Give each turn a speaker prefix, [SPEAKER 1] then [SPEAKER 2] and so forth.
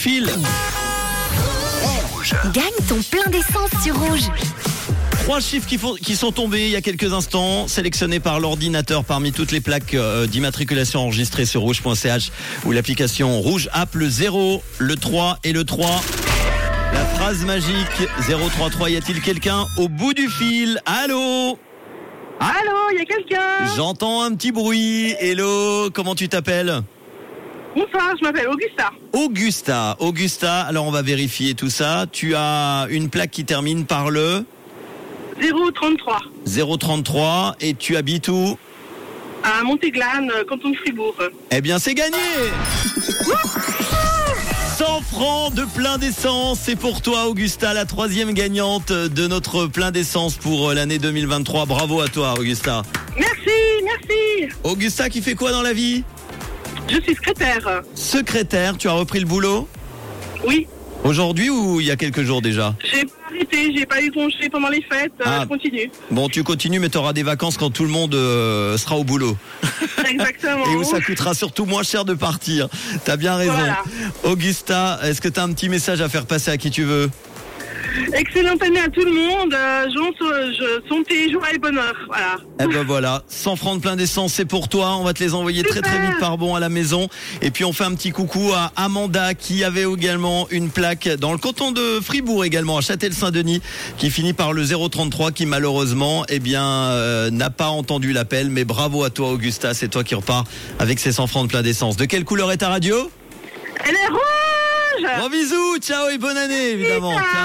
[SPEAKER 1] Phil,
[SPEAKER 2] Gagne ton plein d'essence sur rouge.
[SPEAKER 1] trois chiffres qui, font- qui sont tombés il y a quelques instants, sélectionnés par l'ordinateur parmi toutes les plaques euh, d'immatriculation enregistrées sur rouge.ch ou l'application Rouge App, le 0, le 3 et le 3. La phrase magique 033, y a-t-il quelqu'un au bout du fil Allô
[SPEAKER 3] Allô, il y a quelqu'un
[SPEAKER 1] J'entends un petit bruit. Hello, comment tu t'appelles
[SPEAKER 3] Bonsoir, je m'appelle Augusta.
[SPEAKER 1] Augusta. Augusta, alors on va vérifier tout ça. Tu as une plaque qui termine par le
[SPEAKER 3] 033,
[SPEAKER 1] 033 et tu habites où
[SPEAKER 3] à Montéglane, euh, canton de Fribourg.
[SPEAKER 1] Eh bien, c'est gagné 100 francs de plein d'essence, c'est pour toi Augusta, la troisième gagnante de notre plein d'essence pour euh, l'année 2023. Bravo à toi Augusta.
[SPEAKER 3] Merci, merci.
[SPEAKER 1] Augusta qui fait quoi dans la vie
[SPEAKER 3] Je suis secrétaire.
[SPEAKER 1] Secrétaire, tu as repris le boulot
[SPEAKER 3] Oui,
[SPEAKER 1] Aujourd'hui ou il y a quelques jours déjà
[SPEAKER 3] j'ai pas arrêté, j'ai pas eu congé pendant les fêtes. euh,
[SPEAKER 1] Ah.
[SPEAKER 3] Je continue.
[SPEAKER 1] Bon, tu continues mais tu auras des vacances quand tout le monde euh, sera au boulot.
[SPEAKER 3] Exactement.
[SPEAKER 1] Et où ça coûtera surtout moins cher de partir. T'as bien raison.
[SPEAKER 3] Voilà.
[SPEAKER 1] Augusta, est-ce que t'as un petit message à faire passer à qui tu veux
[SPEAKER 3] Excellente année à tout le monde. Euh, J'en- euh, je, santé, joie et bonheur. Voilà.
[SPEAKER 1] Eh ben voilà, 100 francs de plein d'essence, c'est pour toi. On va te les envoyer très très
[SPEAKER 3] Super.
[SPEAKER 1] vite par bon à la maison. Et puis on fait un petit coucou à Amanda qui avait également une plaque dans le canton de Fribourg également, à Châtel-Saint-Denis, qui finit par le 033, qui malheureusement, eh bien, euh, n'a pas entendu l'appel. Mais bravo à toi, Augusta, c'est toi qui repars avec ces 100 francs de plein d'essence. De quelle couleur est ta radio
[SPEAKER 3] Elle est rouge
[SPEAKER 1] Gros bisous, ciao et bonne année évidemment.
[SPEAKER 3] Super.
[SPEAKER 1] Ciao.